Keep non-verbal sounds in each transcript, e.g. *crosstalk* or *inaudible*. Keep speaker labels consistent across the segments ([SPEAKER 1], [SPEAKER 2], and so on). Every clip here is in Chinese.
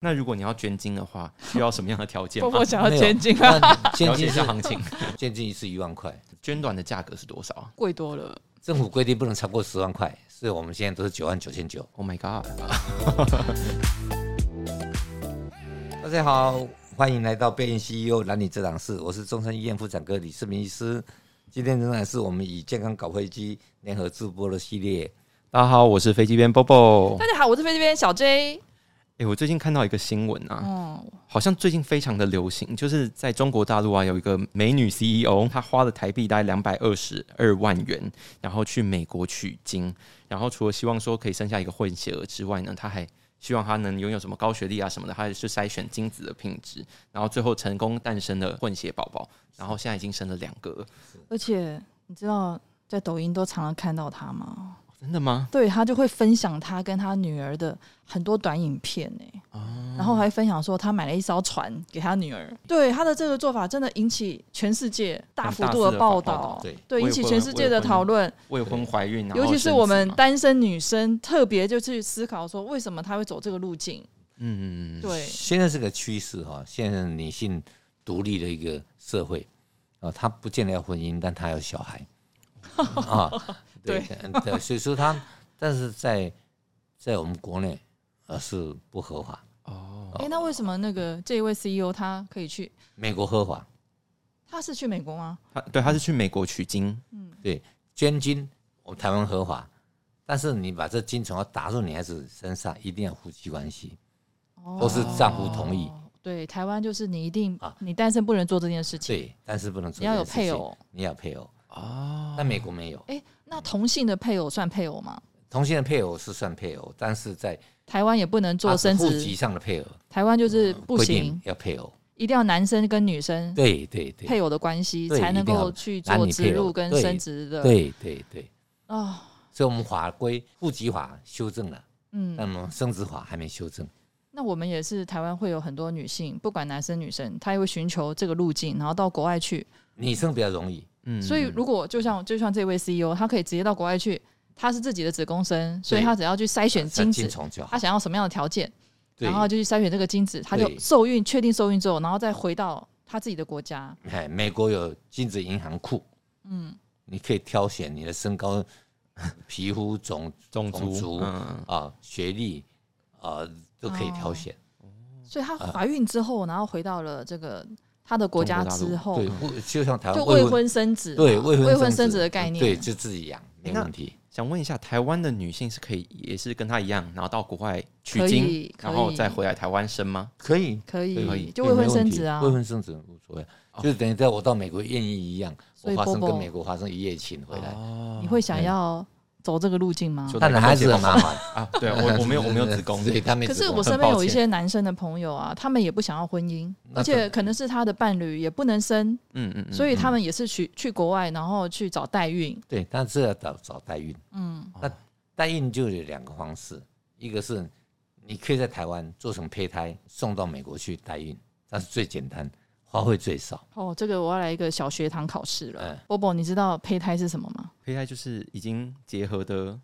[SPEAKER 1] 那如果你要捐精的话，需要什么样的条件
[SPEAKER 2] *laughs* 婆
[SPEAKER 1] 吗
[SPEAKER 2] 婆？想要捐精啊，
[SPEAKER 3] 那现
[SPEAKER 1] 了解
[SPEAKER 3] 金
[SPEAKER 1] 一
[SPEAKER 3] 是
[SPEAKER 1] 下行
[SPEAKER 2] *laughs*
[SPEAKER 1] 情，
[SPEAKER 3] 现金是一万块，
[SPEAKER 1] 捐卵的价格是多少啊
[SPEAKER 2] 贵多了。
[SPEAKER 3] 政府规定不能超过十万块，所以我们现在都是九万九千九。
[SPEAKER 1] ？Oh my god！
[SPEAKER 3] 大家好，欢迎来到贝恩 E CEO 男女这档事，我是中山医院妇产科李世明医师。今天仍然是我们以健康搞飞机联合直播的系列，
[SPEAKER 1] 大家好，我是飞机边 Bobo。
[SPEAKER 2] 大家好，我是菲律宾小 J。
[SPEAKER 1] 哎、我最近看到一个新闻啊，
[SPEAKER 2] 哦，
[SPEAKER 1] 好像最近非常的流行，就是在中国大陆啊，有一个美女 CEO，她花了台币大概两百二十二万元，然后去美国取经，然后除了希望说可以生下一个混血儿之外呢，她还希望她能拥有什么高学历啊什么的，她也是筛选精子的品质，然后最后成功诞生了混血宝宝，然后现在已经生了两个了，
[SPEAKER 2] 而且你知道在抖音都常常看到他吗？
[SPEAKER 1] 真的吗？
[SPEAKER 2] 对他就会分享他跟他女儿的很多短影片呢、
[SPEAKER 1] 哦
[SPEAKER 2] 然后还分享说他买了一艘船给他女儿。对他的这个做法，真的引起全世界大幅度的报
[SPEAKER 1] 很大
[SPEAKER 2] 道
[SPEAKER 1] 肆
[SPEAKER 3] 的，
[SPEAKER 1] 对
[SPEAKER 2] 对，引起
[SPEAKER 1] 未婚
[SPEAKER 2] 全世界的讨论。
[SPEAKER 1] 未婚怀孕，然后
[SPEAKER 2] 尤其是
[SPEAKER 1] 生
[SPEAKER 2] 我
[SPEAKER 1] 子
[SPEAKER 2] 们
[SPEAKER 1] 嘛
[SPEAKER 2] 单身女生，特别就去思考说，为什么她会走这个路径？
[SPEAKER 1] 嗯，嗯嗯嗯
[SPEAKER 2] 对，
[SPEAKER 3] 现在是个趋势哈，现在女性独立的一个社会啊，她不见得要婚姻，但她有
[SPEAKER 2] *laughs*
[SPEAKER 3] 小孩啊，
[SPEAKER 2] 对
[SPEAKER 3] 嗯 *laughs* 对，所以说她，但是在在我们国内呃是不合法，
[SPEAKER 1] 哦，
[SPEAKER 2] 哎、那为什么那个这一位 CEO 他可以去？
[SPEAKER 3] 美国合法，
[SPEAKER 2] 他是去美国吗？
[SPEAKER 1] 他对他是去美国取经，
[SPEAKER 3] 捐精我们台湾合法，但是你把这精虫要打入女孩子身上，一定要夫妻关系
[SPEAKER 2] 哦
[SPEAKER 3] 或是丈夫同意，
[SPEAKER 2] 对，台湾就是你一定、
[SPEAKER 3] 啊
[SPEAKER 2] 你单身不能做这件事情，
[SPEAKER 3] 对，但是不能做
[SPEAKER 2] 你要有
[SPEAKER 3] 这件事
[SPEAKER 2] 配
[SPEAKER 3] 情，
[SPEAKER 2] 偶。
[SPEAKER 3] 你要有配偶，
[SPEAKER 1] 哦，
[SPEAKER 3] 但美国没有，
[SPEAKER 2] 哎、那同性的配偶算配偶吗？
[SPEAKER 3] 同性的配偶是算配偶，但是在
[SPEAKER 2] 台湾也不能做生
[SPEAKER 3] 户籍
[SPEAKER 2] 殖，
[SPEAKER 3] 上的配偶。
[SPEAKER 2] 台湾就是不
[SPEAKER 3] 规定
[SPEAKER 2] 行，
[SPEAKER 3] 要配偶，
[SPEAKER 2] 一定要男生跟女生
[SPEAKER 3] 对对对，
[SPEAKER 2] 配偶的关系
[SPEAKER 3] 对
[SPEAKER 2] 才能
[SPEAKER 3] 一定要
[SPEAKER 2] 够去
[SPEAKER 3] 男
[SPEAKER 2] 做
[SPEAKER 3] 女
[SPEAKER 2] 植
[SPEAKER 3] 配偶
[SPEAKER 2] 入跟
[SPEAKER 3] 对
[SPEAKER 2] 生殖的。
[SPEAKER 3] 对对对，
[SPEAKER 2] 哦，
[SPEAKER 3] 所以我们法规户籍法修正了，
[SPEAKER 2] 嗯，
[SPEAKER 3] 那么生殖法还没修正，
[SPEAKER 2] 那我们也是台湾会有很多女性，不管男生女生，她也会寻求这个路径，然后到国外去。
[SPEAKER 3] 女生比较容易，
[SPEAKER 1] 嗯
[SPEAKER 2] 所以如果就像就像这位 CEO，他可以直接到国外去，他是自己的子宫生，所以
[SPEAKER 3] 对
[SPEAKER 2] 他只要去筛选精
[SPEAKER 3] 精
[SPEAKER 2] 子，
[SPEAKER 3] 虫就好
[SPEAKER 2] 他，想要什么样的条件，
[SPEAKER 3] 对
[SPEAKER 2] 然，后就去筛选这个精子，他就
[SPEAKER 3] 对
[SPEAKER 2] 受孕，确定受孕之后，然后再回到他自己的国家。
[SPEAKER 3] 哎，美国有精子银行库，
[SPEAKER 2] 嗯，
[SPEAKER 3] 你可以挑选你的身高、皮肤种
[SPEAKER 1] 种
[SPEAKER 3] 种
[SPEAKER 1] 族
[SPEAKER 3] 族
[SPEAKER 1] 嗯，
[SPEAKER 3] 啊、学历啊都可以挑选，
[SPEAKER 2] 所以她
[SPEAKER 3] 啊
[SPEAKER 2] 怀孕之后，然后回到了这个她的国家
[SPEAKER 1] 中国大陆
[SPEAKER 2] 之后
[SPEAKER 3] 对，，或就像台
[SPEAKER 2] 哦就
[SPEAKER 3] 湾
[SPEAKER 2] 未
[SPEAKER 3] 未婚，
[SPEAKER 2] 婚生子嘛，
[SPEAKER 3] 对未婚
[SPEAKER 2] 未婚生子的概念，
[SPEAKER 3] 对，就自己养没
[SPEAKER 1] 那
[SPEAKER 3] 问题。
[SPEAKER 1] 想问一下，台湾的女性是可以也是跟她一样，然后到国外取
[SPEAKER 2] 可
[SPEAKER 1] 经
[SPEAKER 2] 以，
[SPEAKER 1] 然
[SPEAKER 2] 可
[SPEAKER 1] 后
[SPEAKER 2] 以
[SPEAKER 1] 再回来台湾生吗？
[SPEAKER 3] 可以，
[SPEAKER 2] 可
[SPEAKER 1] 可
[SPEAKER 2] 以
[SPEAKER 1] 以
[SPEAKER 2] 就
[SPEAKER 3] 对
[SPEAKER 2] 未婚
[SPEAKER 3] 没问
[SPEAKER 2] 生
[SPEAKER 3] 题
[SPEAKER 2] 子啊哦
[SPEAKER 3] 未。婚生子无所谓，就是等于在我到美国愿意一样，
[SPEAKER 2] 所
[SPEAKER 3] 我
[SPEAKER 2] 以
[SPEAKER 3] 发生
[SPEAKER 2] Bobo-
[SPEAKER 3] 跟美国发生一夜情回来，
[SPEAKER 1] 哦
[SPEAKER 2] 你会想
[SPEAKER 3] 对
[SPEAKER 2] 要走这个路径吗
[SPEAKER 1] 就？
[SPEAKER 3] 但男孩子很麻烦，
[SPEAKER 2] *laughs*
[SPEAKER 1] 啊？对我我 *laughs* 没有我没有子宫，
[SPEAKER 3] 对他没
[SPEAKER 2] 可
[SPEAKER 3] 子宫。
[SPEAKER 2] 是我身边有一些男生的朋友啊，他们也不想要婚姻，
[SPEAKER 3] 那
[SPEAKER 2] 而且可能是他的伴侣也不能生，
[SPEAKER 1] 嗯嗯嗯，
[SPEAKER 2] 所以他们也是去去国外，然后去找代孕。
[SPEAKER 3] 对，但是要找找代孕，
[SPEAKER 2] 嗯，
[SPEAKER 3] 代孕就有两个方式，一个是你可以在台湾做成胚胎送到美国去代孕，但是最简单，花费最少。
[SPEAKER 2] 哦，这个我要来一个小学堂考试了。
[SPEAKER 3] 嗯，
[SPEAKER 2] 波波，你知道胚胎是什么吗？
[SPEAKER 1] 胚胎啊就是已经结合的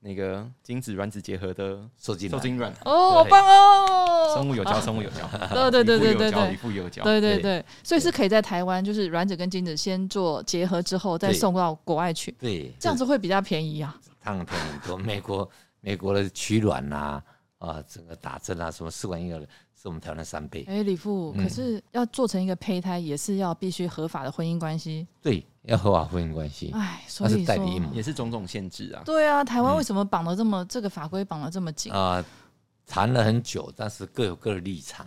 [SPEAKER 1] 那个精子卵子结合的
[SPEAKER 3] 受精
[SPEAKER 1] 受
[SPEAKER 3] 卵
[SPEAKER 1] 精卵，
[SPEAKER 2] 哦，好
[SPEAKER 3] 对
[SPEAKER 2] 棒哦！
[SPEAKER 1] 生物有教，生物有教，
[SPEAKER 2] 对对对对对
[SPEAKER 1] 一
[SPEAKER 2] 对。
[SPEAKER 1] 副有教，
[SPEAKER 2] 对对对，所以是可以在台湾，就是卵子跟精子先做结合之后，再
[SPEAKER 3] 对
[SPEAKER 2] 送到国外去，
[SPEAKER 3] 对，
[SPEAKER 2] 这样子会比较便宜啊。
[SPEAKER 3] 当然便宜很多。美国美国的取卵呐、啊，整个打针啊，什么试管婴儿是我们台湾的三倍。
[SPEAKER 2] 哎，李富，可
[SPEAKER 3] 嗯
[SPEAKER 2] 是要做成一个胚胎，也是要必须合法的婚姻关系。
[SPEAKER 3] 对，要合法婚姻关系，
[SPEAKER 2] 哎，所
[SPEAKER 3] 那
[SPEAKER 2] 以
[SPEAKER 3] 是代
[SPEAKER 2] 说，
[SPEAKER 3] 理义母
[SPEAKER 1] 也是种种限制啊。
[SPEAKER 2] *laughs* 对啊，台湾为什么绑的这么、这个法规绑的这么紧？
[SPEAKER 3] 啊、谈了很久，但是各有各的立场，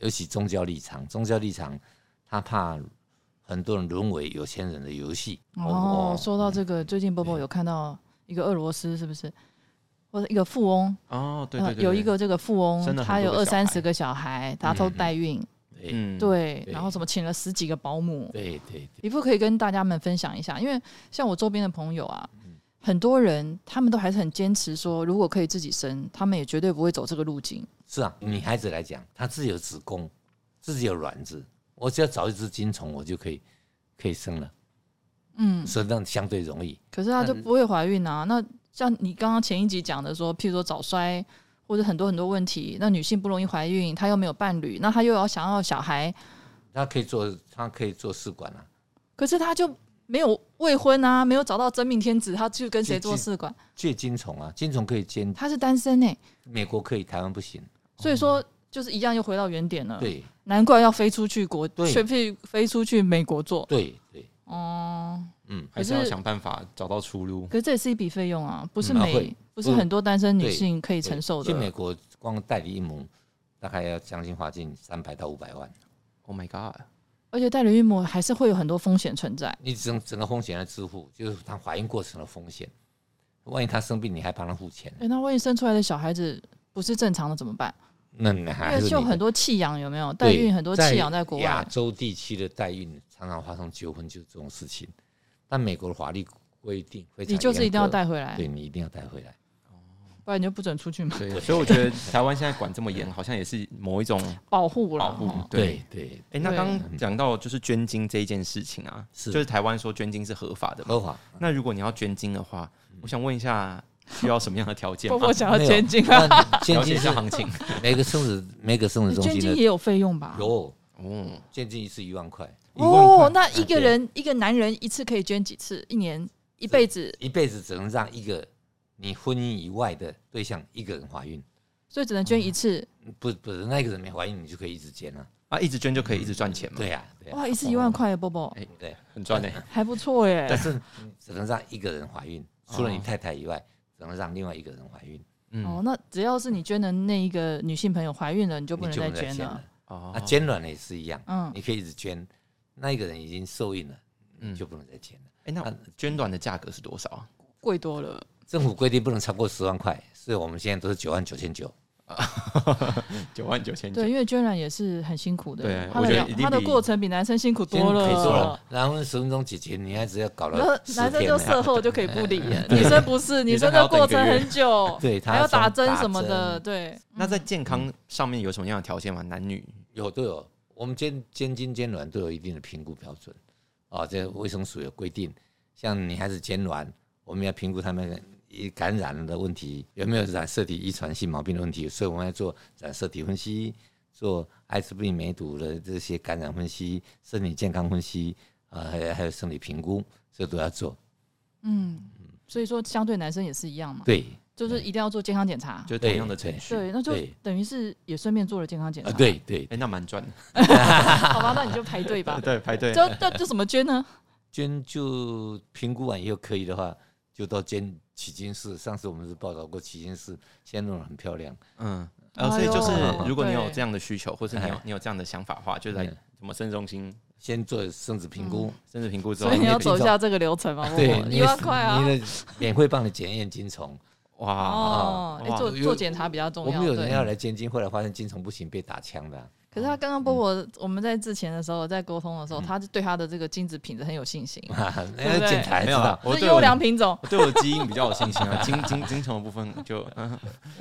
[SPEAKER 3] 尤其宗教立场，宗教立场他怕很多人沦为有钱人的游戏。
[SPEAKER 2] 哦，说到
[SPEAKER 3] 嗯
[SPEAKER 2] 这个，最近波波
[SPEAKER 3] 对
[SPEAKER 2] 有看到一个俄罗斯是不是，或者一个富翁，
[SPEAKER 1] 哦，对
[SPEAKER 2] 呃
[SPEAKER 1] 对对，
[SPEAKER 2] 有
[SPEAKER 1] 对
[SPEAKER 2] 一个这个富翁
[SPEAKER 1] 生了，很
[SPEAKER 2] 他有
[SPEAKER 1] 多
[SPEAKER 2] 二
[SPEAKER 1] 个小
[SPEAKER 2] 三
[SPEAKER 1] 孩
[SPEAKER 2] 十个小孩，他都
[SPEAKER 1] 嗯嗯
[SPEAKER 2] 代孕，
[SPEAKER 3] 对
[SPEAKER 1] 嗯，
[SPEAKER 2] 对，
[SPEAKER 3] 对
[SPEAKER 2] 然后什么请了十几个保姆。
[SPEAKER 3] 对对对，
[SPEAKER 2] 李富可以跟大家们分享一下，因为像我周边的朋友啊，
[SPEAKER 1] 嗯
[SPEAKER 2] 很多人他们都还是很坚持说，如果可以自己生，他们也绝对不会走这个路径。
[SPEAKER 3] 是啊，女孩子来讲，她自己有子宫，自己有卵子，我只要找一只精虫，我就可以可以生了，
[SPEAKER 2] 嗯，
[SPEAKER 3] 所以那相对容易。
[SPEAKER 2] 可是她就不会怀孕啊。那像你刚刚前一集讲的说，譬如说早衰，或者很多很多问题，那女性不容易怀孕，她又没有伴侣，那她又要想要小孩，
[SPEAKER 3] 他可以做，他可以做试管啊，
[SPEAKER 2] 可是她就没有未婚啊，没有找到真命天子，她去跟谁做试管？
[SPEAKER 3] 借精虫啊，精虫可以捐，
[SPEAKER 2] 她是单身呢、欸
[SPEAKER 3] 美国可以，台湾不行。
[SPEAKER 2] 所以说就是一样又回到原点了。，
[SPEAKER 3] 哦对
[SPEAKER 2] 难怪要飞出去国，
[SPEAKER 3] 对
[SPEAKER 2] 却飞飞出去美国做。
[SPEAKER 3] 对对，
[SPEAKER 2] 哦、
[SPEAKER 3] 嗯，
[SPEAKER 1] 还是要想办法找到出路。
[SPEAKER 2] 可是这也是一笔费用啊，不是
[SPEAKER 3] 嗯啊
[SPEAKER 2] 每、
[SPEAKER 3] 会
[SPEAKER 2] 不是很多单身女
[SPEAKER 3] 对
[SPEAKER 2] 性可以
[SPEAKER 3] 对
[SPEAKER 2] 承受
[SPEAKER 3] 去美
[SPEAKER 2] 的。
[SPEAKER 3] 国光代理一母，大概要将近花近三百到五百万，
[SPEAKER 1] Oh my god！
[SPEAKER 2] 而且代理孕母还是会有很多风险存在。
[SPEAKER 3] 你整整个风险来支付，就是她怀孕过程的风险。万一她生病，你还帮她付钱，
[SPEAKER 2] 哎、那万一生出来的小孩子不是正常的怎么办？
[SPEAKER 3] 那你
[SPEAKER 2] 因
[SPEAKER 3] 还
[SPEAKER 2] 为
[SPEAKER 3] 是
[SPEAKER 2] 就
[SPEAKER 3] 你的
[SPEAKER 2] 很多弃养，有没有代孕？很多弃养在国
[SPEAKER 3] 亚
[SPEAKER 2] 外，
[SPEAKER 3] 洲地区的代孕常常发生纠纷，就是这种事情。但美国的法律规定非常
[SPEAKER 2] 你就是一定要
[SPEAKER 3] 严格，
[SPEAKER 2] 带回来，
[SPEAKER 3] 对你一定要带回来。
[SPEAKER 2] 不然你就不准出去嘛，
[SPEAKER 1] 对，所以我觉得台湾现在管这么严，好像也是某一种
[SPEAKER 2] 保护
[SPEAKER 1] 保
[SPEAKER 2] 了。
[SPEAKER 1] 护
[SPEAKER 2] 哦。
[SPEAKER 1] 对，
[SPEAKER 3] 对，
[SPEAKER 1] 哎、那
[SPEAKER 2] 对
[SPEAKER 1] 刚刚讲到就是捐精这一件事情啊，
[SPEAKER 3] 是
[SPEAKER 1] 就是台湾说捐精是合法的嘛？
[SPEAKER 3] 合法。
[SPEAKER 1] 那如果你要捐精的话，我想问一下，需要什么样的条
[SPEAKER 2] *laughs*
[SPEAKER 1] 件
[SPEAKER 2] 婆
[SPEAKER 1] 吗？
[SPEAKER 2] 婆想要捐精啊，
[SPEAKER 3] 啊，捐
[SPEAKER 1] 了解
[SPEAKER 3] 精
[SPEAKER 1] 一
[SPEAKER 3] 是
[SPEAKER 1] 下行情。
[SPEAKER 3] 每个生殖每个生殖中
[SPEAKER 2] 捐
[SPEAKER 3] 心
[SPEAKER 2] 精
[SPEAKER 3] 的
[SPEAKER 2] 也有费用吧？
[SPEAKER 3] 有
[SPEAKER 1] *laughs* 哦，
[SPEAKER 3] 捐精一次一万块，
[SPEAKER 2] 哦，那一个
[SPEAKER 3] 对
[SPEAKER 2] 人一个男人一次可以捐几次？一年一辈子，
[SPEAKER 3] 一辈子只能让一个你婚姻以外的对象一个人怀孕，
[SPEAKER 2] 所以只能捐
[SPEAKER 3] 嗯
[SPEAKER 2] 一次。
[SPEAKER 3] 不不是那个人没怀孕，你就可以一直捐了。
[SPEAKER 1] 啊，一直捐就可以一直赚钱嘛？
[SPEAKER 3] 对，呀，啊对
[SPEAKER 2] 嗯
[SPEAKER 3] 呀，
[SPEAKER 2] 哇，一次一万块耶，波波
[SPEAKER 1] 哎
[SPEAKER 3] 对。
[SPEAKER 1] 很赚呢、
[SPEAKER 2] 还不错耶哦
[SPEAKER 3] 但。是你只能让一个人怀孕，除了你
[SPEAKER 1] 哦
[SPEAKER 3] 太太以外，只能让另外一个人怀孕，
[SPEAKER 1] *laughs* 嗯，，
[SPEAKER 2] 哦那只要是你捐的那一个女性朋友怀孕了，你就不能
[SPEAKER 3] 你就
[SPEAKER 2] 再
[SPEAKER 3] 不能
[SPEAKER 2] 捐
[SPEAKER 3] 捐了
[SPEAKER 2] 了。。
[SPEAKER 1] 哦
[SPEAKER 3] 啊，捐卵也是一样，
[SPEAKER 2] 嗯，
[SPEAKER 3] 你可以一直捐，那一个人已经受孕了，
[SPEAKER 1] 嗯
[SPEAKER 3] 你就不能再捐了。
[SPEAKER 1] 哎、那捐卵的价格是多少啊？
[SPEAKER 2] 贵多了。
[SPEAKER 3] 政府规定不能超过十万块，所以我们现在都是九万九千九。
[SPEAKER 1] 九万九千九
[SPEAKER 2] 对，。因为捐卵也是很辛苦的，
[SPEAKER 1] 对
[SPEAKER 2] 他
[SPEAKER 1] 我
[SPEAKER 2] 的
[SPEAKER 1] 觉得
[SPEAKER 2] 疗
[SPEAKER 1] 一定
[SPEAKER 2] 他的
[SPEAKER 1] 比
[SPEAKER 2] 过程比男生辛苦多
[SPEAKER 3] 没错
[SPEAKER 2] 了。
[SPEAKER 3] 然后十分钟解决，你还只要搞
[SPEAKER 2] 然后
[SPEAKER 3] 了十
[SPEAKER 2] 男生
[SPEAKER 3] 天
[SPEAKER 2] 就
[SPEAKER 3] 了。
[SPEAKER 2] 事后就可以不理了，女生不是，女
[SPEAKER 1] 女生
[SPEAKER 2] 生
[SPEAKER 1] 还要等
[SPEAKER 2] 的
[SPEAKER 1] 一
[SPEAKER 2] 过
[SPEAKER 1] 个
[SPEAKER 2] 程
[SPEAKER 1] 月
[SPEAKER 2] 很久，
[SPEAKER 3] *laughs* 对她
[SPEAKER 2] 还要
[SPEAKER 3] 从
[SPEAKER 2] 打针
[SPEAKER 3] 打
[SPEAKER 2] 什么
[SPEAKER 3] 针
[SPEAKER 2] 的，对。
[SPEAKER 1] 那在健康上面有什么样的条件吗？男女
[SPEAKER 3] 有都有，我们捐捐精捐卵都有一定的评估标准啊，这卫生署有规定，像女孩子捐卵，我们要评估她们一感染的问题有没有染色体遗传性毛病的问题，所以我们要做染色体分析，做艾滋病、梅毒的这些感染分析、身体健康分析啊，还有还有生理评估，这都要做。
[SPEAKER 2] 嗯，所以说相对男生也是一样嘛，
[SPEAKER 3] 对
[SPEAKER 2] 就是一定要做健康检查。
[SPEAKER 1] 就是同样的程序。
[SPEAKER 2] 对，那就
[SPEAKER 3] 对
[SPEAKER 2] 等于是也顺便做了健康检
[SPEAKER 3] 啊
[SPEAKER 2] 查。，，
[SPEAKER 3] 对对
[SPEAKER 1] 哎、，那蛮赚的。。
[SPEAKER 2] *laughs* 好吧，那你就排队
[SPEAKER 1] *laughs*
[SPEAKER 2] 吧
[SPEAKER 1] 对，排队。
[SPEAKER 2] 这这这怎么捐呢？
[SPEAKER 3] 捐就评估完以后可以的话，就到捐迄今室。上次我们是报道过迄今室，现在弄得很漂亮。
[SPEAKER 1] 嗯，
[SPEAKER 2] 哎
[SPEAKER 1] 呃，所以就是
[SPEAKER 2] 呦
[SPEAKER 1] 如果你有
[SPEAKER 2] 对
[SPEAKER 1] 这样的需求，或是你有
[SPEAKER 3] 哎
[SPEAKER 1] 你有这样的想法的话，就来
[SPEAKER 3] 嗯
[SPEAKER 1] 什么生中心
[SPEAKER 3] 先做生殖评估，
[SPEAKER 1] 生殖评估之后
[SPEAKER 2] 所以，你要
[SPEAKER 3] 你平
[SPEAKER 2] 走一
[SPEAKER 3] 常
[SPEAKER 2] 下这个流程嘛，
[SPEAKER 3] 对
[SPEAKER 2] 我，
[SPEAKER 3] 你
[SPEAKER 2] 一万块啊
[SPEAKER 3] 你。的免费帮你检验精虫。
[SPEAKER 1] 哇，
[SPEAKER 2] 哦，哎
[SPEAKER 1] 哇
[SPEAKER 2] 做
[SPEAKER 3] 有
[SPEAKER 2] 做检查比较重
[SPEAKER 3] 我
[SPEAKER 2] 要。
[SPEAKER 3] 们有人
[SPEAKER 2] 对，
[SPEAKER 3] 要来捐精，后来发现精虫不行，被打枪的啊。 *laughs*
[SPEAKER 2] 可是他刚刚波
[SPEAKER 3] 嗯
[SPEAKER 2] 波，我们在之前的时候在沟通的时候，他就对他的这个精子品质很有信心，
[SPEAKER 3] 那个检查
[SPEAKER 1] 没
[SPEAKER 3] 才知
[SPEAKER 1] 有啦
[SPEAKER 3] 道，
[SPEAKER 1] 我
[SPEAKER 2] 是
[SPEAKER 1] 对
[SPEAKER 2] 优
[SPEAKER 1] 我
[SPEAKER 2] 良品种。
[SPEAKER 1] 我对我的基因比较有信心啊， *laughs* 精精精虫的部分
[SPEAKER 3] *laughs*
[SPEAKER 1] 就，嗯，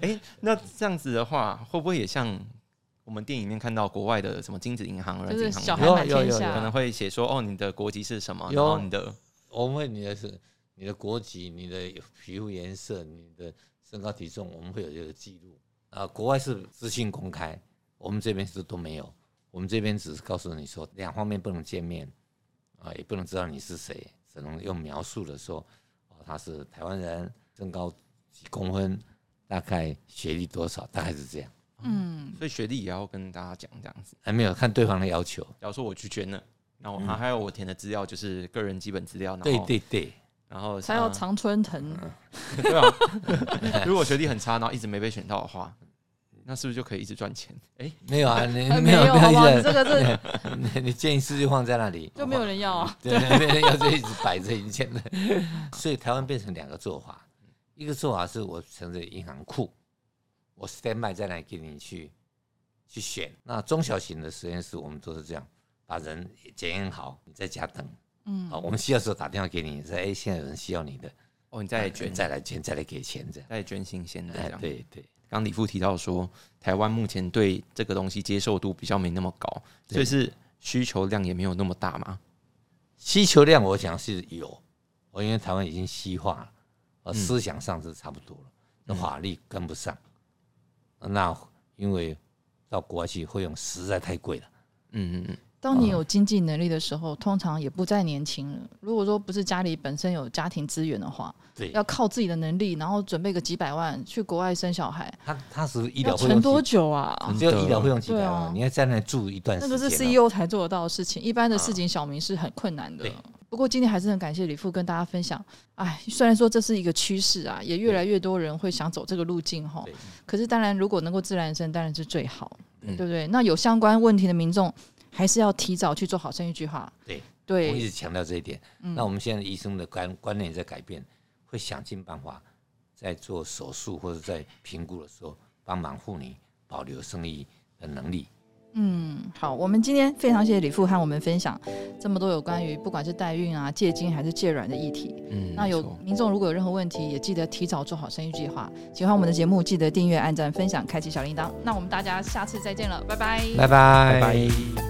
[SPEAKER 1] 哎、那这样子的话，会不会也像我们电影里面看到国外的什么精子银行、儿
[SPEAKER 2] 就
[SPEAKER 1] 子
[SPEAKER 2] 是
[SPEAKER 1] 银
[SPEAKER 2] 小
[SPEAKER 1] 行，
[SPEAKER 2] 孩啊满
[SPEAKER 3] 有有啊
[SPEAKER 2] 天
[SPEAKER 3] 有
[SPEAKER 1] 可能
[SPEAKER 2] 下，
[SPEAKER 1] 会写说哦，你的国籍是什么，然
[SPEAKER 3] 有
[SPEAKER 1] 后你的
[SPEAKER 3] 我们会你的是你的国籍、你的皮肤颜色、你的身高体重，我们会有这个记录啊。国外是资讯公开，我们这边是都没有。我们这边只是告诉你说，两方面不能见面啊，也不能知道你是谁，只能用描述的说，哦，他是台湾人，身高几公分，大概学历多少，大概是这样。
[SPEAKER 2] 嗯，
[SPEAKER 1] 所以学历也要跟大家讲这样子。
[SPEAKER 3] 还没有看对方的要求。
[SPEAKER 1] 假如说我去捐了，然后、啊还有我填的资料就是个人基本资料，然后
[SPEAKER 3] 嗯对，对对，
[SPEAKER 1] 然后
[SPEAKER 2] 才有
[SPEAKER 1] 嗯
[SPEAKER 2] 常春藤。
[SPEAKER 1] 对啊， *laughs* 如果学历很差，然后一直没被选到的话，那是不是就可以一直赚钱？哎、
[SPEAKER 3] 没有
[SPEAKER 2] *laughs*
[SPEAKER 3] 啊，你
[SPEAKER 2] 哎
[SPEAKER 3] 没有
[SPEAKER 2] 好不好？
[SPEAKER 3] 意
[SPEAKER 2] 你
[SPEAKER 3] 思
[SPEAKER 2] 这个是
[SPEAKER 3] *laughs* 你你建议师就放在那里，
[SPEAKER 2] 就没有人要啊。
[SPEAKER 3] 对，没人要这一直摆这一件的，所以台湾变成两个做法，一个做法是我存着银行库，我 stand by 在那里给你去去选。那中小型的实验室我们都是这样，把人检验好，你在家等
[SPEAKER 2] 嗯
[SPEAKER 3] 啊、，我们需要的时候打电话给你，说哎，现在有人需要你的，
[SPEAKER 1] 哦，你再
[SPEAKER 3] 捐
[SPEAKER 1] 捐，
[SPEAKER 3] 再来捐，再来给钱这样。
[SPEAKER 1] 再捐新鲜的这
[SPEAKER 3] 哎
[SPEAKER 1] 样，。
[SPEAKER 3] 对对，
[SPEAKER 1] 刚李富提到说，台湾目前对这个东西接受度比较没那么高，所以是需求量也没有那么大嘛。
[SPEAKER 3] 需求量我想是有，我因为台湾已经西化了，呃，
[SPEAKER 1] 嗯
[SPEAKER 2] 嗯
[SPEAKER 3] 思想上是差不多了，那法律跟不上，哦那因为到国外去费用实在太贵了。
[SPEAKER 1] 嗯嗯嗯，
[SPEAKER 2] 当你有经济能力的时候，通常也不再年轻了。如果说不是家里本身有家庭资源的话，
[SPEAKER 3] 对，
[SPEAKER 2] 要靠自己的能力，然后准备个几百万去国外生小孩，
[SPEAKER 3] 他他是医疗
[SPEAKER 2] 要
[SPEAKER 3] 费
[SPEAKER 2] 存
[SPEAKER 3] 用
[SPEAKER 2] 多
[SPEAKER 3] 几，
[SPEAKER 2] 久啊？
[SPEAKER 1] 嗯
[SPEAKER 3] 只有医疗费用几百
[SPEAKER 2] 对啊
[SPEAKER 3] 万，你要在那住一段时
[SPEAKER 2] 那
[SPEAKER 3] 间啊
[SPEAKER 2] 个
[SPEAKER 3] 了。
[SPEAKER 2] 是 CEO 才做得到的事情，一般的
[SPEAKER 3] 啊
[SPEAKER 2] 市井小民是很困难的
[SPEAKER 3] 对。
[SPEAKER 2] 不过今天还是很感谢李富跟大家分享。哎，虽然说这是一个趋势啊，也越来越多人会想走这个路径哈
[SPEAKER 3] 对。
[SPEAKER 2] 可是当然，如果能够自然生，当然是最好，
[SPEAKER 1] 嗯
[SPEAKER 2] 对不对？那有相关问题的民众，还是要提早去做好生意计划。
[SPEAKER 3] 对我
[SPEAKER 2] 对，
[SPEAKER 3] 一直强调这一点。
[SPEAKER 2] 嗯
[SPEAKER 3] 那我们现在医生的观观念也在改变，会想尽办法在做手术或者在评估的时候，帮忙护理保留生意的能力。
[SPEAKER 2] 嗯，好，我们今天非常谢谢李富和我们分享这么多有关于不管是代孕啊、借精还是借卵的议题。
[SPEAKER 1] 嗯，
[SPEAKER 2] 那
[SPEAKER 1] 没
[SPEAKER 2] 有
[SPEAKER 1] 错
[SPEAKER 2] 民众如果有任何问题，也记得提早做好生育计划。喜欢我们的节目，记得订阅、按赞、分享、开启小铃铛。那我们大家下次再见了，拜拜。
[SPEAKER 3] 拜
[SPEAKER 1] 拜
[SPEAKER 3] 拜
[SPEAKER 1] 拜